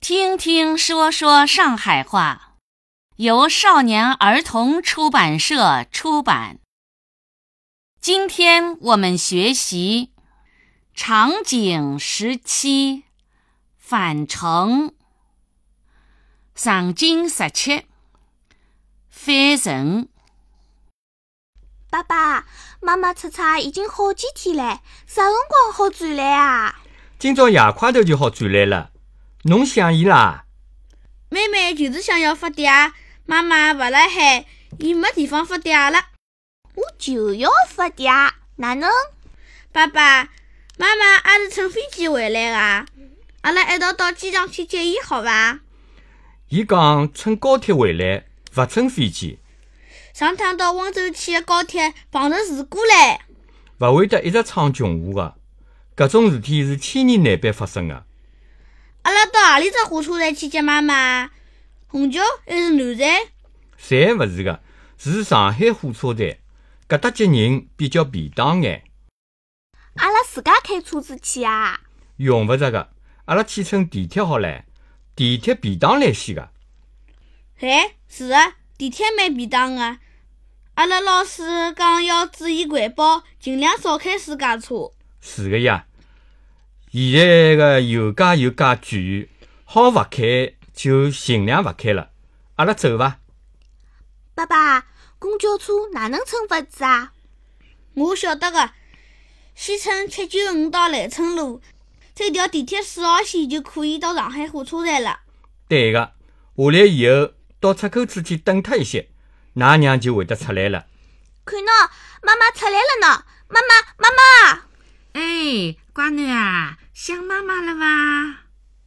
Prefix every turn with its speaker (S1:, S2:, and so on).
S1: 听听说说上海话，由少年儿童出版社出版。今天我们学习场景十七，返程。场景十七，返程。
S2: 爸爸妈妈出差已经好几天了，啥辰光好转来啊？
S3: 今朝夜快头就好转来了，侬想伊啦？
S4: 妹妹就是想要发嗲，妈妈勿辣海，伊没地方发嗲了。
S2: 我就要发嗲，哪能？
S4: 爸爸妈妈，阿是乘飞机回来个、阿拉一道到机场去接伊好伐？
S3: 伊讲乘高铁回来，勿乘飞机，
S4: 上趟到温州去的高铁碰着事故唻，
S3: 勿会得一直唱穷话个。搿种事体是千年难别发生的。
S4: 阿拉到何里只火车站去接妈妈？虹桥还是南站？
S3: 侪勿是个，是上海火车站，搿搭接人比较便当眼，
S2: 阿拉自家开车子去啊？
S3: 用勿着个。阿拉去乘地铁好唻，地铁便当来些个。
S4: 哎，是的，地铁蛮便当个、阿拉老师讲要注意环保，尽量少开私家车。
S3: 是个呀，现在个油价又介贵，好勿开就尽量勿开了。阿拉走伐？
S2: 爸爸，公交车哪能乘法子啊？
S4: 我晓得个，先乘七九五到蓝村路，再调地铁四号线就可以到上海火车站了。
S3: 对个，下来以后到出口处去等脱一些，㑚娘就会得出来了。
S2: 看喏，妈妈出来了呢！妈妈，妈妈，
S1: 哎，乖囡啊，想妈妈了伐？